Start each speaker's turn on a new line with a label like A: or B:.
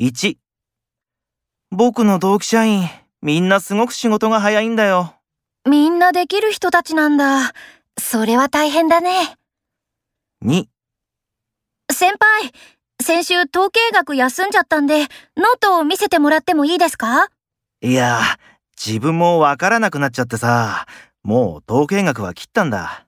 A: 1僕の同期社員みんなすごく仕事が早いんだよ
B: みんなできる人たちなんだ。それは大変だね。
A: 2
B: 先輩、先週統計学休んじゃったんで、ノートを見せてもらってもいいですか
A: いや自分もわからなくなっちゃってさもう統計学は切ったんだ